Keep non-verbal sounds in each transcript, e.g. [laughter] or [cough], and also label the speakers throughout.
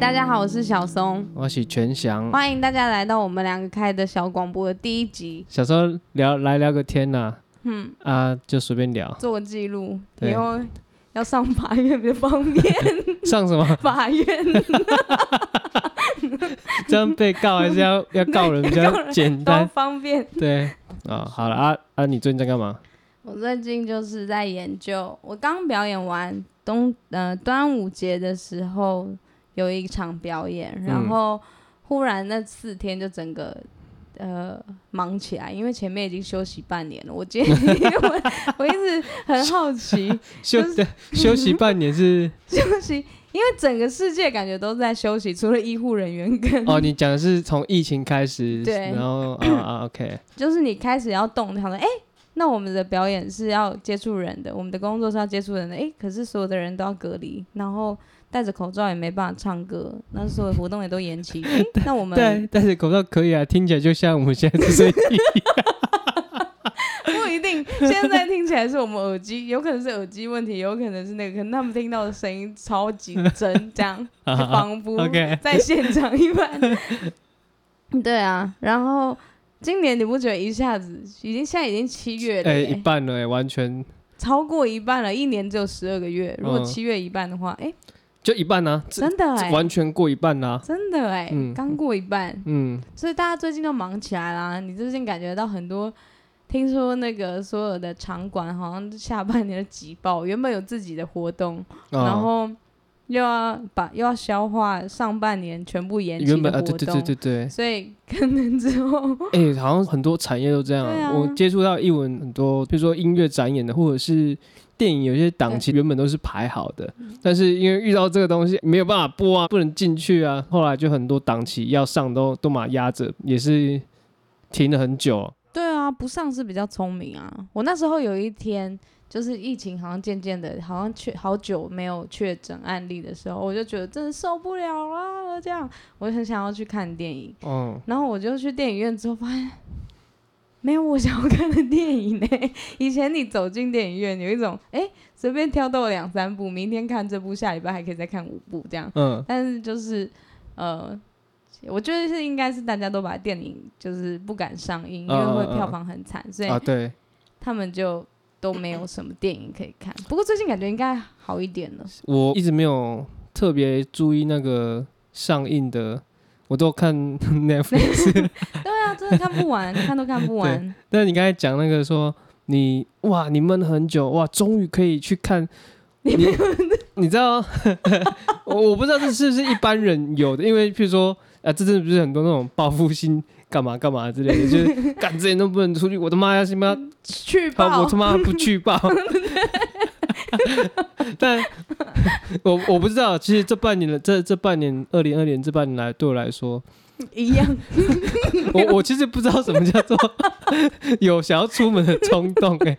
Speaker 1: 大家好，我是小松，
Speaker 2: 我是全翔。
Speaker 1: 欢迎大家来到我们两个开的小广播的第一集，。
Speaker 2: 小时候聊来聊个天呐、嗯啊，就随便聊
Speaker 1: 做个记录，
Speaker 2: 对
Speaker 1: 以后要上法院比较方便，
Speaker 2: 上什么？
Speaker 1: 法院
Speaker 2: 这样被告还是要要 [laughs] 告人比
Speaker 1: 告
Speaker 2: 较
Speaker 1: 人
Speaker 2: 简
Speaker 1: [laughs] 都
Speaker 2: 单？
Speaker 1: 方便。
Speaker 2: 对啊、好了啊啊，你最近在干嘛？
Speaker 1: 我最近就是在研究，我刚表演完冬呃端午节的时候有一场表演，然
Speaker 2: 嗯
Speaker 1: 后忽然那四天就整个。呃，忙起来，因为前面已经休息半年了。我今天 [laughs] 我我一直很好奇，
Speaker 2: 休休息半
Speaker 1: [laughs]
Speaker 2: 年是
Speaker 1: 休息，因为整个世界感觉都在休息，除了医护人员跟、
Speaker 2: 哦，你讲的是从疫情开始，
Speaker 1: 对
Speaker 2: 然后啊啊 OK，
Speaker 1: [laughs] 就是你开始要动，想说，哎、那我们的表演是要接触人的，我们的工作是要接触人的，哎、可是所有的人都要隔离，然后戴着口罩也没办法唱歌，那所有活动也都延期， [laughs] 诶那我们
Speaker 2: 戴戴着口罩可以啊，听起来就像我们
Speaker 1: [laughs]
Speaker 2: 现在这个
Speaker 1: 不一定，现在听起来是我们耳机，有可能是耳机问题，有可能是那个，可能他们听到的声音超级真，这
Speaker 2: [laughs]
Speaker 1: 样仿佛
Speaker 2: 啊 OK
Speaker 1: 在现场一般。 [laughs] 对啊，然后今年你不觉得一下子已经现在已经七月了
Speaker 2: 哎
Speaker 1: 耶、
Speaker 2: 一半了哎，完全
Speaker 1: 超过一半了，一年只有十二个月，如果
Speaker 2: 嗯
Speaker 1: 七月一半的话，哎、
Speaker 2: 就一半呢、啊这
Speaker 1: 真的哎、
Speaker 2: 这完全过一半啦、
Speaker 1: 真的哎、
Speaker 2: 嗯
Speaker 1: 刚过一半，
Speaker 2: 嗯，
Speaker 1: 所以大家最近都忙起来啦。你最近感觉到很多，听说那个所有的场馆好像下半年都挤爆，原本有自己的活动，
Speaker 2: 啊
Speaker 1: 然后又要把又要消化上半年全部延期
Speaker 2: 原
Speaker 1: 的
Speaker 2: 本
Speaker 1: 活
Speaker 2: 啊，
Speaker 1: 动，
Speaker 2: 对对对对对，
Speaker 1: 所以可能之后
Speaker 2: 哎、好像很多产业都这样。
Speaker 1: 对啊
Speaker 2: 我接触到艺文很多，比如说音乐展演的，或者是电影，有些档期原本都是排好的，
Speaker 1: 嗯
Speaker 2: 但是因为遇到这个东西没有办法播啊，不能进去啊，后来就很多档期要上都都嘛压着，也是停了很久。
Speaker 1: 对啊，不上是比较聪明啊。我那时候有一天，就是疫情好像渐渐的，好像确好久没有确诊案例的时候，我就觉得真的受不了啦，这样我就很想要去看电影。
Speaker 2: 嗯，
Speaker 1: 然后我就去电影院之后发现，没有我想要看的电影呢、 [laughs] 以前你走进电影院，有一种哎随便挑到两三部，明天看这部，下礼拜还可以再看五部这样。
Speaker 2: 嗯，
Speaker 1: 但是就是呃，我觉得是应该是大家都把电影就是不敢上映，因为
Speaker 2: 嗯嗯
Speaker 1: 会
Speaker 2: 嗯
Speaker 1: 票房很惨，所以
Speaker 2: 啊，对，
Speaker 1: 他们就都没有什么电影可以看。不过最近感觉应该好一点了。
Speaker 2: 我一直没有特别注意那个上映的，我都看 [laughs] Netflix。
Speaker 1: 对啊，真的看不完，看都看不完。
Speaker 2: 但你刚才讲那个说你哇，你闷很久哇，终于可以去看
Speaker 1: 你
Speaker 2: 你 [laughs] 你知道，我我不知道这是不是一般人有的，因为譬如说，啊，这阵子不是很多那种报复心干嘛干嘛之类的，就是干之前都不能出去，我他妈要他妈，
Speaker 1: 去
Speaker 2: [laughs] 啊
Speaker 1: 报
Speaker 2: 我他妈不去报。 [laughs] 但 [laughs] 我我不知道，其实这半年的这这半年，二零二零这半年来对我来说，
Speaker 1: 一样，
Speaker 2: [laughs] 我我其实不知道什么叫做有想要出门的冲动、欸。哎，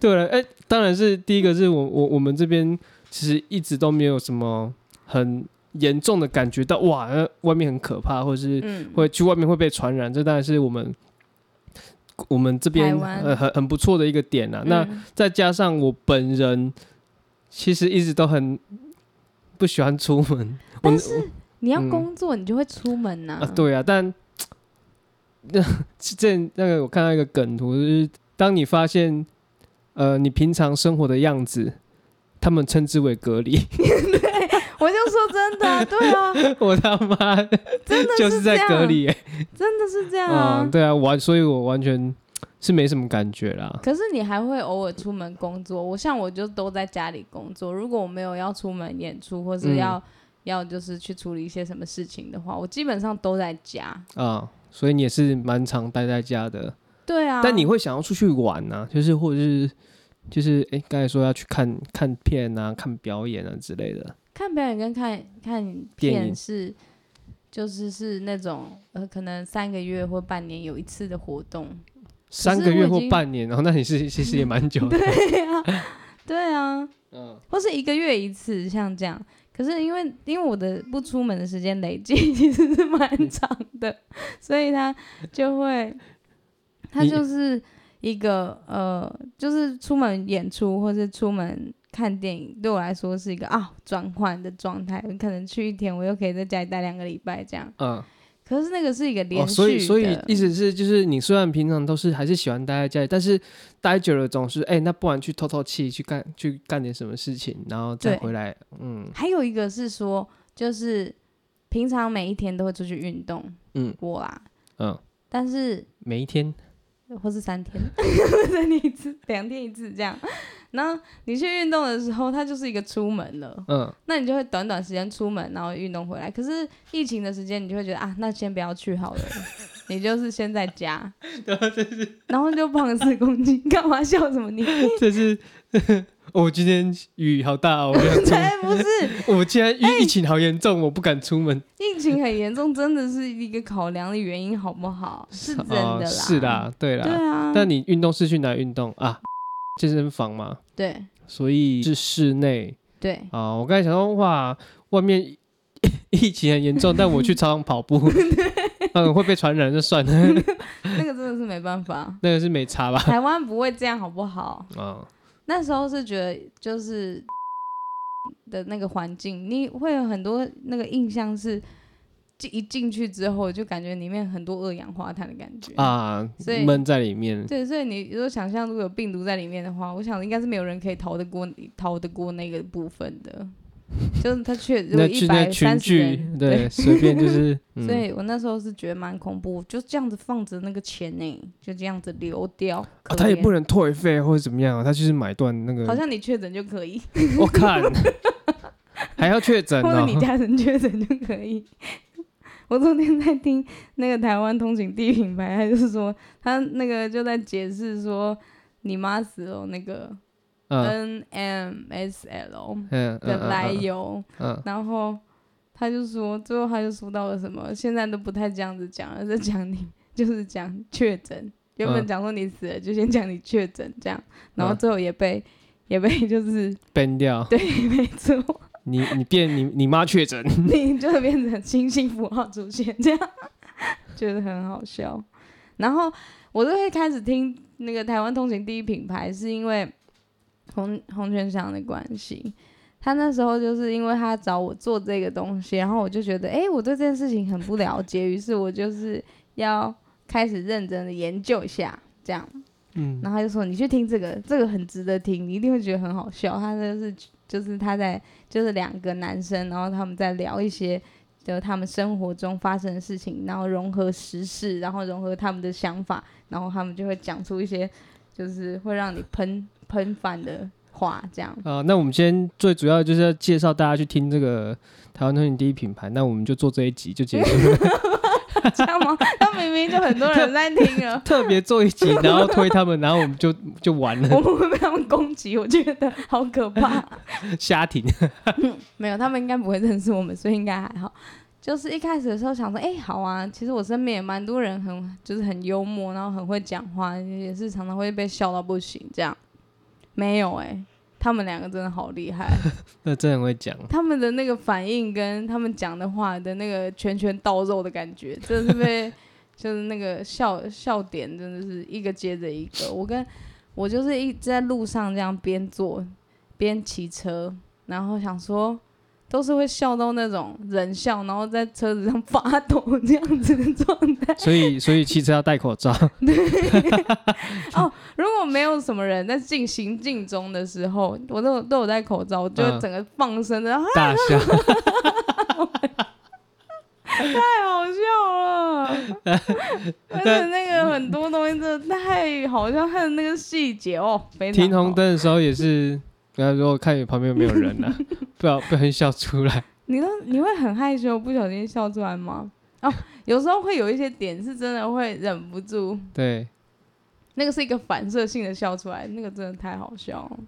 Speaker 2: 对了，哎、当然是第一个是我我我们这边其实一直都没有什么很严重的感觉到哇，呃外面很可怕，或者是
Speaker 1: 嗯，
Speaker 2: [laughs] 会去外面会被传染，这当然是我们。我们这边
Speaker 1: 台湾
Speaker 2: 呃很很不错的一个点啦、啊那
Speaker 1: 嗯
Speaker 2: 再加上我本人其实一直都很不喜欢出门，我
Speaker 1: 但是你要工作，你就会出门呐、
Speaker 2: 嗯啊，对啊，但那之前那个我看到一个梗图，就是当你发现呃你平常生活的样子，他们称之为隔离， [laughs]
Speaker 1: 我就说真的啊、对啊，
Speaker 2: 我他妈
Speaker 1: 真的
Speaker 2: 就是是
Speaker 1: 这
Speaker 2: 在
Speaker 1: 样，
Speaker 2: 隔离、欸，
Speaker 1: 真的是这样啊。
Speaker 2: 嗯，对啊，完，所以我完全是没什么感觉啦。
Speaker 1: 可是你还会偶尔出门工作，我像我就都在家里工作。如果我没有要出门演出，或是
Speaker 2: 嗯
Speaker 1: 要、要就是去处理一些什么事情的话，我基本上都在家。
Speaker 2: 啊、所以你也是蛮常待在家的，
Speaker 1: 对啊，
Speaker 2: 但你会想要出去玩呐、就是或者是就是哎，刚、才说要去看看片啊、看表演啊之类的，
Speaker 1: 看表演跟看看
Speaker 2: 电
Speaker 1: 片
Speaker 2: 影
Speaker 1: 是就是是那种呃，可能三个月或半年有一次的活动。
Speaker 2: 三个月
Speaker 1: 我已
Speaker 2: 或
Speaker 1: 经
Speaker 2: 半年，然后那你是其实也蛮久
Speaker 1: [laughs]
Speaker 2: 的，
Speaker 1: 对
Speaker 2: [laughs]
Speaker 1: 啊，对啊，
Speaker 2: 嗯。
Speaker 1: 或是一个月一次，像这样。可是因为因为我的不出门的时间累积其实是蛮长的， [laughs] 所以他就
Speaker 2: [laughs]
Speaker 1: 会，他
Speaker 2: 你
Speaker 1: 就是一个呃，就是出门演出或是出门看电影对我来说是一个啊转换的状态，我可能去一天，我又可以在家里待两个礼拜这样。
Speaker 2: 嗯，
Speaker 1: 可是那个是一个连
Speaker 2: 哦，
Speaker 1: 续的，
Speaker 2: 所以所以意思是就是你虽然平常都是还是喜欢待在家里，但是待久了总是哎、那不然去透透气，去干去干点什么事情，然后再
Speaker 1: 对
Speaker 2: 回来，嗯
Speaker 1: 还有一个是说，就是平常每一天都会出去运动，
Speaker 2: 嗯
Speaker 1: 我啦，
Speaker 2: 嗯，
Speaker 1: 但是
Speaker 2: 每一天，
Speaker 1: 或是三
Speaker 2: [laughs]
Speaker 1: 天，三天一次，两天一次这样。然后你去运动的时候，它就是一个出门了， [laughs]
Speaker 2: 嗯
Speaker 1: 那你就会短短时间出门，然后运动回来。可是疫情的时间，你就会觉得啊，那先不要去
Speaker 2: [laughs]
Speaker 1: 好了，你就是先在家，
Speaker 2: 啊
Speaker 1: 然后就胖了四公斤，干嘛笑什么
Speaker 2: [laughs]
Speaker 1: 你？
Speaker 2: 这是我哦今天雨好大、哦，我不想出门
Speaker 1: 才哎不是，
Speaker 2: 我今
Speaker 1: 哎
Speaker 2: 天疫疫情好严重，我不敢出门。
Speaker 1: 疫情很严重，真的是一个考量的原因，好不好？是真的啦，
Speaker 2: 哦是，啦，对啦。
Speaker 1: 对啊，
Speaker 2: 但你运动是去哪运动啊？健身房嘛，
Speaker 1: 对
Speaker 2: 所以是室内
Speaker 1: 对，
Speaker 2: 啊、我刚才想说，哇，外面疫情很严重，但我去操场跑步，嗯，会被传染就算了，，
Speaker 1: 那个真的是没办法
Speaker 2: [laughs] 那个是没差吧？
Speaker 1: 台湾不会这样，好不好？
Speaker 2: 啊、
Speaker 1: 那时候是觉得就是 [laughs] 的那个环境，你会有很多那个印象是，进一进去之后就感觉里面很多二氧化碳的感觉。
Speaker 2: 啊
Speaker 1: 所以，
Speaker 2: 闷在里面，
Speaker 1: 对，所以你如果想象如果有病毒在里面的话，我想应该是没有人可以逃得过逃得过那个部分的，
Speaker 2: [laughs]
Speaker 1: 就是他确如果
Speaker 2: 那
Speaker 1: 一
Speaker 2: 去那
Speaker 1: 百
Speaker 2: 群
Speaker 1: 三十
Speaker 2: 聚
Speaker 1: 人，，
Speaker 2: 对，随便就是，嗯、
Speaker 1: 所以我那时候是觉得蛮恐怖，就这样子放着那个钱呢、就这样子流掉。
Speaker 2: 啊
Speaker 1: 可
Speaker 2: 他也
Speaker 1: 怜
Speaker 2: 不能退费或者怎么样啊，他就是买断那个，
Speaker 1: 好像你确诊就可以，
Speaker 2: 我看还要确
Speaker 1: [laughs]
Speaker 2: 诊
Speaker 1: 或者你
Speaker 2: [laughs] 哦，
Speaker 1: 家人确诊就可以。 [laughs] 我昨天在听那个台湾通勤第一品牌，他就是说他那个就在解释说你妈死了那个
Speaker 2: 嗯
Speaker 1: NMSL
Speaker 2: 嗯
Speaker 1: 的来
Speaker 2: 嗯
Speaker 1: 由，
Speaker 2: 嗯，
Speaker 1: 然后他就说最后他就说到了什么，现在都不太这样子讲了，在讲你就是讲确诊，原本
Speaker 2: 嗯
Speaker 1: 讲说你死了，就先讲你确诊这样，然后
Speaker 2: 嗯
Speaker 1: 最后也被也被就是
Speaker 2: 崩掉，
Speaker 1: 对，没错。
Speaker 2: 你你变你你妈确诊，
Speaker 1: [laughs] 你就会变成星星符号出现，这样 [laughs] 觉得很好笑。然后我就会开始听那个台湾通勤第一品牌，是因为洪洪泉祥的关系。他那时候就是因为他找我做这个东西，然后我就觉得，哎、我对这件事情很不了解，于是我就是要开始认真的研究一下，这样。
Speaker 2: 嗯
Speaker 1: 然后他就说你去听这个，这个很值得听，你一定会觉得很好笑。他就是就是他在就是两个男生，然后他们在聊一些就他们生活中发生的事情，然后融合时事，然后融合他们的想法，然后他们就会讲出一些就是会让你喷喷饭的话，这样。
Speaker 2: 啊、那我们今天最主要就是要介绍大家去听这个台湾通讯第一品牌，那我们就做这一集就结束了，，
Speaker 1: 这样吗？ [laughs] 那明明就很多人在听了
Speaker 2: 特别做一集，然后推他们，然后我们就就完
Speaker 1: 我
Speaker 2: 了，
Speaker 1: 们会被他们攻击，我觉得好可怕。
Speaker 2: 瞎停。 [laughs]
Speaker 1: 没有，他们应该不会认识我们，所以应该还好。就是一开始的时候想说，哎、好啊，其实我身边也蛮多人很就是很幽默，然后很会讲话，也是常常会被笑到不行这样。没有哎、他们两个真的好厉害，
Speaker 2: 那真的很会讲，
Speaker 1: 他们的那个反应跟他们讲的话的那个拳拳到肉的感觉， [laughs] 真的是被就是那个笑笑点真的是一个接着一个。我跟我就是一直在路上这样边坐边骑车，然后想说都是会笑到那种人笑，然后在车子上发抖这样子的状态。
Speaker 2: 所以所以汽车要戴口罩，
Speaker 1: 如果没有什么人在进行进中的时候，我都有都有戴口罩，我就会
Speaker 2: 嗯
Speaker 1: 整个放声的、啊
Speaker 2: 大
Speaker 1: [laughs]
Speaker 2: 笑。
Speaker 1: 太好笑
Speaker 2: [laughs]
Speaker 1: 了，而且那个很多东西真的太好笑，它的那个细节哦，非常
Speaker 2: 停
Speaker 1: 好
Speaker 2: 红灯的时候也是，然后如果看旁边有没有人啊， [laughs] 不要不然笑出来。
Speaker 1: 你都你会很害羞，不小心笑出来吗？哦，有时候会有一些点是真的会忍不住，
Speaker 2: 对，
Speaker 1: 那个是一个反射性的笑出来，那个真的太好笑了，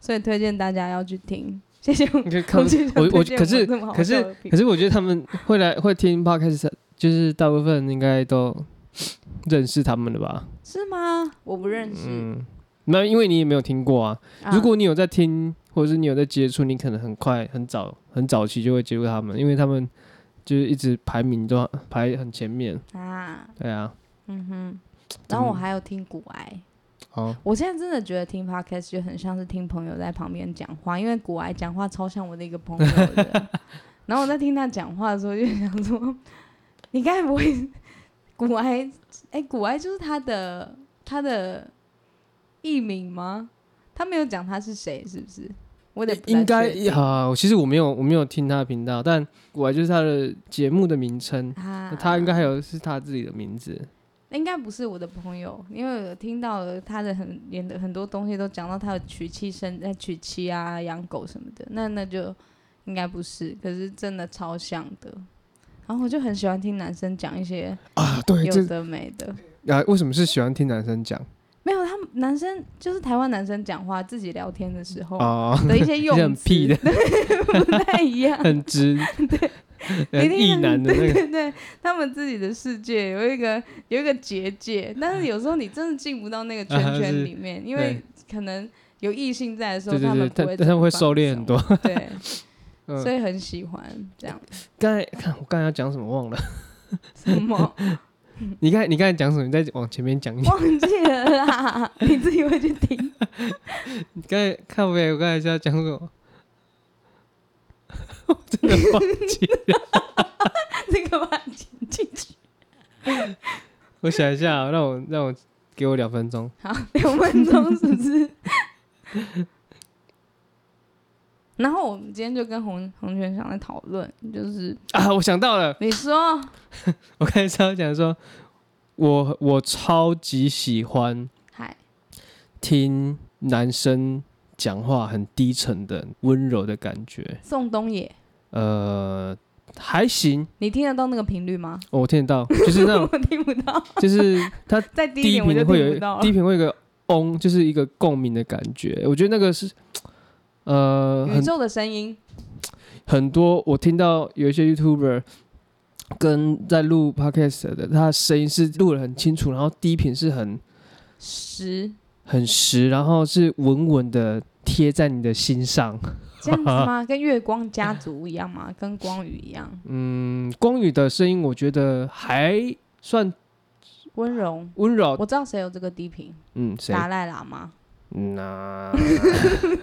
Speaker 1: 所以推荐大家要去听。谢谢我
Speaker 2: 你可以看
Speaker 1: 洪先生
Speaker 2: 我我
Speaker 1: 推荐
Speaker 2: 可是
Speaker 1: 这么好
Speaker 2: 可
Speaker 1: 笑
Speaker 2: 是
Speaker 1: 的品
Speaker 2: 可是我觉得他们会来会听 podcast，就是大部分应该都 [sniffs] 认识他们的吧？
Speaker 1: 是吗？我不认识。
Speaker 2: 嗯，那因为你也没有听过啊。
Speaker 1: 啊
Speaker 2: 如果你有在听，或者是你有在接触，你可能很快、很早、很早期就会接触他们，因为他们就是一直排名都排很前面。
Speaker 1: 啊，
Speaker 2: 对啊，
Speaker 1: 嗯哼，然后我
Speaker 2: 嗯
Speaker 1: 还有听古癌，
Speaker 2: 好，
Speaker 1: 我现在真的觉得听 podcast 就很像是听朋友在旁边讲话，因为古埃讲话超像我的一个朋友
Speaker 2: [laughs]
Speaker 1: 的。然后我在听他讲话的时候，就想说，你该不会古埃？哎、古埃就是他的他的艺名吗？他没有讲他是谁，是不是？我得
Speaker 2: 应该啊，其实我没有我没有听他的频道，但我就是他的节目的名称，
Speaker 1: 他
Speaker 2: 他应该还有是他自己的名字。
Speaker 1: 应该不是我的朋友，因为我听到了他的很连的很多东西都讲到他的娶妻生在娶妻啊、养狗什么的，那那就应该不是，可是真的超像的。然后我就很喜欢听男生讲一些
Speaker 2: 啊，对
Speaker 1: 有的没的，
Speaker 2: 啊，为什么是喜欢听男生讲
Speaker 1: 没有他们男生就是台湾男生讲话自己聊天的时候
Speaker 2: 啊？
Speaker 1: 的一些
Speaker 2: [laughs] 一些很
Speaker 1: 用词，
Speaker 2: 屁的
Speaker 1: [laughs] 不太一样，
Speaker 2: 很直，
Speaker 1: [laughs]
Speaker 2: 对
Speaker 1: 一定
Speaker 2: 很意
Speaker 1: 很
Speaker 2: 男的那个，
Speaker 1: [laughs] 对对，他们自己的世界有一个有一个结界，但是有时候你真的进不到那个圈
Speaker 2: 啊是
Speaker 1: 圈里面，因为可能有异性在的时候，
Speaker 2: 对对对，
Speaker 1: 他们
Speaker 2: 但
Speaker 1: 不会，
Speaker 2: 但他们会收敛很多。。 [laughs]
Speaker 1: 对，
Speaker 2: 嗯
Speaker 1: 所以很喜欢这样。
Speaker 2: 刚才 [laughs] 看我刚才要讲什么忘了， [laughs]
Speaker 1: 什么
Speaker 2: 你刚才你刚才讲什么？你再往前面讲一点。 [laughs]
Speaker 1: 忘记了啦？你自己会去听？
Speaker 2: 你刚才看呗，我刚才是要讲什么？ [laughs] 我真的忘记了， [laughs]
Speaker 1: 这个把它剪进去。
Speaker 2: 我想一下啊，让我让我给我两分钟。
Speaker 1: 好，两分钟是不是？ [laughs] 然后我们今天就跟洪洪泉想在讨论，就是
Speaker 2: 啊，我想到了，
Speaker 1: 你说
Speaker 2: 我刚才是要讲说，我我超级喜欢
Speaker 1: 嗨，
Speaker 2: 听男生讲话很低沉的温柔的感觉，
Speaker 1: 宋冬野，
Speaker 2: 呃，还行，哦
Speaker 1: 你听得到那个频率吗？
Speaker 2: 我听得到，就是那种，
Speaker 1: [laughs] 我听不到，
Speaker 2: 就是它
Speaker 1: 再低一
Speaker 2: 低
Speaker 1: 点我就
Speaker 2: 频会
Speaker 1: 听不
Speaker 2: 有
Speaker 1: 到
Speaker 2: 低
Speaker 1: 了。
Speaker 2: 频会有一个嗡，就是一个共鸣的感觉，我觉得那个是。呃，
Speaker 1: 宇
Speaker 2: 很
Speaker 1: 宙的声音，
Speaker 2: 很多我听到有一些 YouTuber 跟在录 Podcast 的，他的声音是录的很清楚，然后低频是很
Speaker 1: 十
Speaker 2: 很实，然后是稳稳的贴在你的心上。
Speaker 1: 这样子
Speaker 2: [laughs]
Speaker 1: 吗？跟月光家族一样吗？跟光宇一样
Speaker 2: 嗯，光宇的声音我觉得还算
Speaker 1: 温柔？
Speaker 2: 温柔。
Speaker 1: 我知道谁有这个低频，
Speaker 2: 嗯，谁？嗯
Speaker 1: 达赖喇嘛
Speaker 2: 那
Speaker 1: [laughs]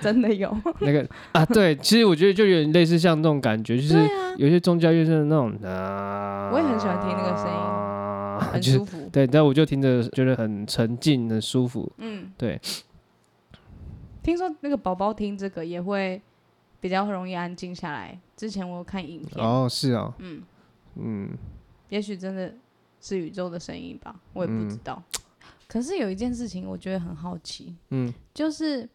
Speaker 1: 真的有。
Speaker 2: 那个啊，对，其实我觉得就有点类似像这种感觉， [laughs] 就
Speaker 1: 对
Speaker 2: 是
Speaker 1: [laughs] 啊，
Speaker 2: 有些宗教乐声的那种啊，
Speaker 1: 我也很喜欢听那个声音，很
Speaker 2: [laughs] 就是
Speaker 1: 舒服。
Speaker 2: 对，但我就听着觉得很沉静、很舒服。
Speaker 1: 嗯，
Speaker 2: 对，
Speaker 1: 听说那个宝宝听这个也会比较容易安静下来。之前我有看影片，
Speaker 2: 哦，是哦，
Speaker 1: 嗯，
Speaker 2: 嗯，
Speaker 1: 也许真的是宇宙的声音吧，我也不知道。可是有一件事情，我觉得很好奇，
Speaker 2: 嗯，
Speaker 1: 就是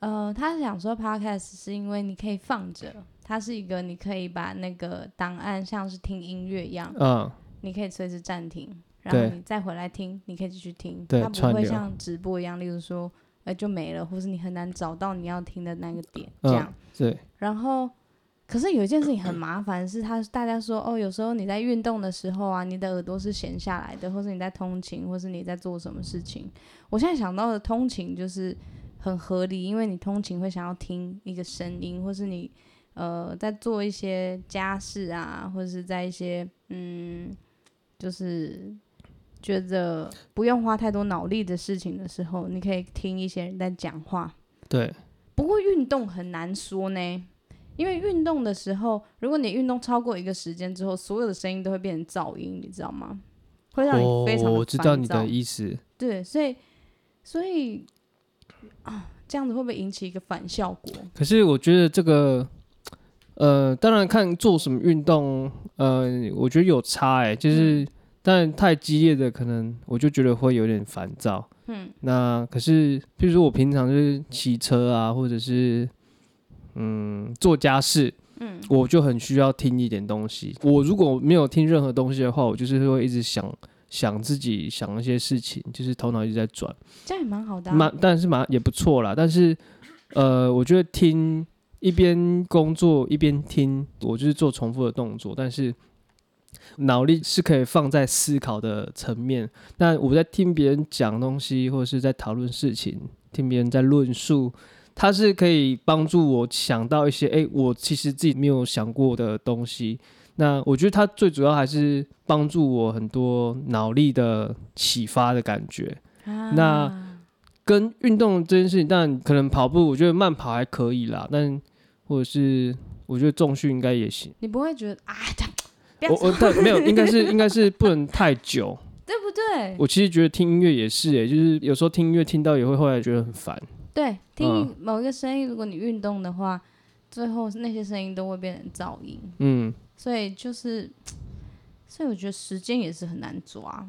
Speaker 1: 呃，他想说 podcast 是因为你可以放着，它是一个你可以把那个档案像是听音乐一样，
Speaker 2: 啊，
Speaker 1: 你可以随时暂停，然
Speaker 2: 对
Speaker 1: 后你再回来听，你可以继续听，
Speaker 2: 对
Speaker 1: 它不
Speaker 2: 串
Speaker 1: 会
Speaker 2: 流
Speaker 1: 像直播一样，例如说呃就没了，或是你很难找到你要听的那个点这样
Speaker 2: 嗯。，对，
Speaker 1: 然后，可是有一件事情很麻烦，是他大家说哦，有时候你在运动的时候啊，你的耳朵是闲下来的，或是你在通勤，或是你在做什么事情。我现在想到的通勤就是很合理，因为你通勤会想要听一个声音，或是你呃在做一些家事啊，或者是在一些嗯，就是。觉得不用花太多脑力的事情的时候，你可以听一些人在讲话，
Speaker 2: 对，
Speaker 1: 不过运动很难说呢，因为运动的时候，如果你运动超过一个时间之后，所有的声音都会变成噪音，你知道吗？会让你非常
Speaker 2: 哦
Speaker 1: 地
Speaker 2: 我知道你
Speaker 1: 烦
Speaker 2: 的
Speaker 1: 躁
Speaker 2: 意思。
Speaker 1: 对，所以所以啊，这样子会不会引起一个反效果？
Speaker 2: 可是我觉得这个，呃，当然看做什么运动，呃，我觉得有差哎、就是，
Speaker 1: 嗯
Speaker 2: 当然太激烈的可能我就觉得会有点烦躁。
Speaker 1: 嗯，
Speaker 2: 那可是，譬如说我平常就是骑车啊，或者是嗯做家事，嗯，我就很需要听一点东西。我如果没有听任何东西的话，我就是会一直想想自己想一些事情，就是头脑一直在转。
Speaker 1: 这样也蛮好的、啊
Speaker 2: 蛮，，但是蛮也不错啦。但是，呃，我觉得听一边工作一边听，我就是做重复的动作，但是脑力是可以放在思考的层面。那我在听别人讲东西，或者是在讨论事情，听别人在论述。它是可以帮助我想到一些，诶，我其实自己没有想过的东西。那我觉得它最主要还是帮助我很多脑力的启发的感觉。
Speaker 1: 啊
Speaker 2: 那跟运动这件事情，但可能跑步，我觉得慢跑还可以啦，但或者是我觉得重训应该也行。
Speaker 1: 你不会觉得啊，不要
Speaker 2: 我我但没有，应该是应该是不能太久。
Speaker 1: [laughs] 对不对？
Speaker 2: 我其实觉得听音乐也是、欸，就是有时候听音乐听到也会后来觉得很烦。
Speaker 1: 对，听
Speaker 2: 嗯
Speaker 1: 某一个声音，如果你运动的话，最后那些声音都会变成噪音，
Speaker 2: 嗯，
Speaker 1: 所以就是，所以我觉得时间也是很难抓，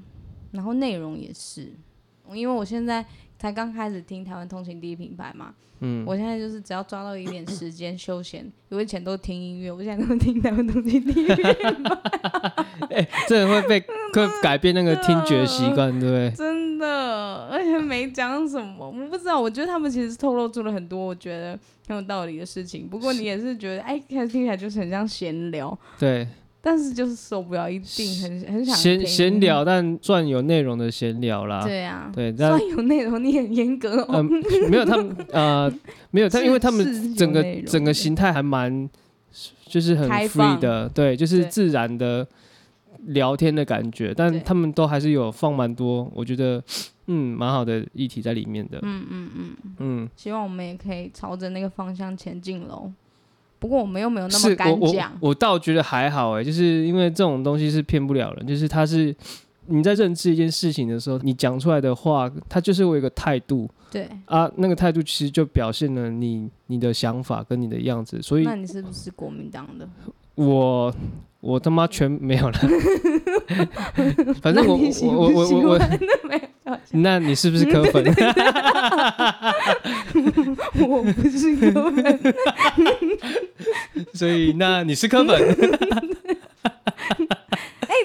Speaker 1: 然后内容也是，因为我现在才刚开始听台湾通勤第一品牌嘛，嗯，我现在就是只要抓到一点时间休闲，我以前都听音乐，我现在都听台湾通勤第一品牌， [laughs]
Speaker 2: 哎、这会被会改变那个听觉习惯，对不对？
Speaker 1: 真的，而且没讲什么，我不知道，我觉得他们其实透露出了很多我觉得很有道理的事情，不过你也是觉得，哎，开始听起来就是很像闲聊，
Speaker 2: 对，
Speaker 1: 但是就是受不了，一定很很想
Speaker 2: 闲
Speaker 1: 听
Speaker 2: 闲聊，但算有内容的闲聊啦。
Speaker 1: 对啊，
Speaker 2: 对，但
Speaker 1: 算有内容，你很严格哦。
Speaker 2: 嗯，没有他们呃，没有他，
Speaker 1: 是
Speaker 2: 因为他
Speaker 1: 是有
Speaker 2: 们整个
Speaker 1: 内容
Speaker 2: 整
Speaker 1: 的
Speaker 2: 个形态还蛮，就是很
Speaker 1: 开
Speaker 2: free
Speaker 1: 放
Speaker 2: 的，对，就是
Speaker 1: 对
Speaker 2: 自然的聊天的感觉，
Speaker 1: 对
Speaker 2: 但他们都还是有放蛮多，我觉得嗯蛮好的议题在里面的，
Speaker 1: 嗯嗯嗯，
Speaker 2: 嗯，
Speaker 1: 希望我们也可以朝着那个方向前进喽。不过我们又没有那
Speaker 2: 是
Speaker 1: 么
Speaker 2: 我
Speaker 1: 敢
Speaker 2: 我
Speaker 1: 讲，
Speaker 2: 我倒觉得还好哎、就是因为这种东西是骗不了人，就是他是。你在认知一件事情的时候，你讲出来的话，它就是有一个态度
Speaker 1: 对。
Speaker 2: 啊，那个态度其实就表现了你你的想法跟你的样子，所以
Speaker 1: 那你是不是国民党的？
Speaker 2: 我我他妈全没有了，
Speaker 1: [laughs]
Speaker 2: 反正我
Speaker 1: 那你喜
Speaker 2: 我
Speaker 1: 不
Speaker 2: 我我
Speaker 1: 喜
Speaker 2: 我我，
Speaker 1: 欢 [laughs] 没有开玩笑
Speaker 2: 那你是不是科粉？ [laughs]
Speaker 1: 我不是科粉，
Speaker 2: 所以那你是科粉？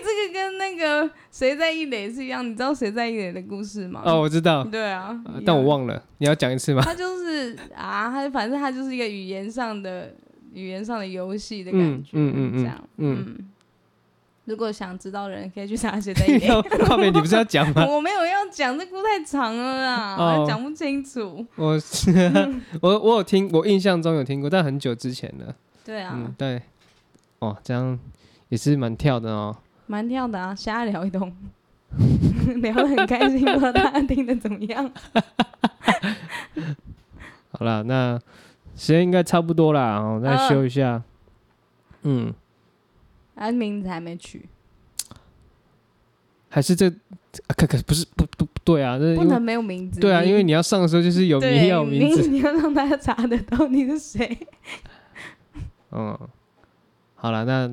Speaker 1: 这个跟那个谁在一垒是一样。你知道谁在一垒的故事吗？
Speaker 2: 哦，我
Speaker 1: [laughs]
Speaker 2: 知道，
Speaker 1: 对啊
Speaker 2: 呃，但我
Speaker 1: 了。
Speaker 2: 忘了，你要讲一次吗？
Speaker 1: 他就是啊，他反正他就是一个语言上的语言上的游戏的感觉，
Speaker 2: 嗯嗯嗯嗯
Speaker 1: 这样，
Speaker 2: 嗯
Speaker 1: 嗯。如果想知道的人，可以去查写
Speaker 2: [laughs]
Speaker 1: 在
Speaker 2: 要画面你不是要讲 [laughs] 吗？
Speaker 1: 我没有要讲，这故太长了啦，
Speaker 2: 哦
Speaker 1: 讲、不清楚。 [laughs]
Speaker 2: 我我我有听，我印象中有听过，但很久之前了。
Speaker 1: 对
Speaker 2: 嗯
Speaker 1: 啊，，
Speaker 2: 对，哦，这样也是蛮跳的哦。
Speaker 1: 蛮、跳的啊，瞎聊一通， [laughs] 聊得很开心，不知道大家听得怎么样。 [laughs]
Speaker 2: 好啦，那时间应该差不多啦，哦，再
Speaker 1: 嗯
Speaker 2: 休一下。嗯，
Speaker 1: 啊，名字还没取，
Speaker 2: 还是这，啊可可不是不不不对啊，这因
Speaker 1: 不
Speaker 2: 为
Speaker 1: 能没有名字。
Speaker 2: 对啊，因为你要上的时候就是有
Speaker 1: 对
Speaker 2: 名要有名字。
Speaker 1: [laughs] 你要让大家查得到你是谁。
Speaker 2: 嗯，好了，那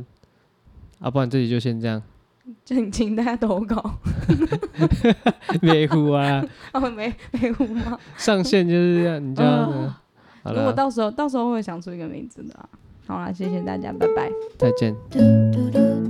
Speaker 2: 啊，不然这里就先这样， [laughs]
Speaker 1: 就请大家投稿。 [laughs]
Speaker 2: 没呼啊，
Speaker 1: 哦，没没胡吗？
Speaker 2: 上线就是这样，你就要、
Speaker 1: 哦
Speaker 2: 好
Speaker 1: 如果
Speaker 2: 了，
Speaker 1: 到时候到时候会想出一个名字的啊、好啦，谢谢大家，拜拜。
Speaker 2: 再见。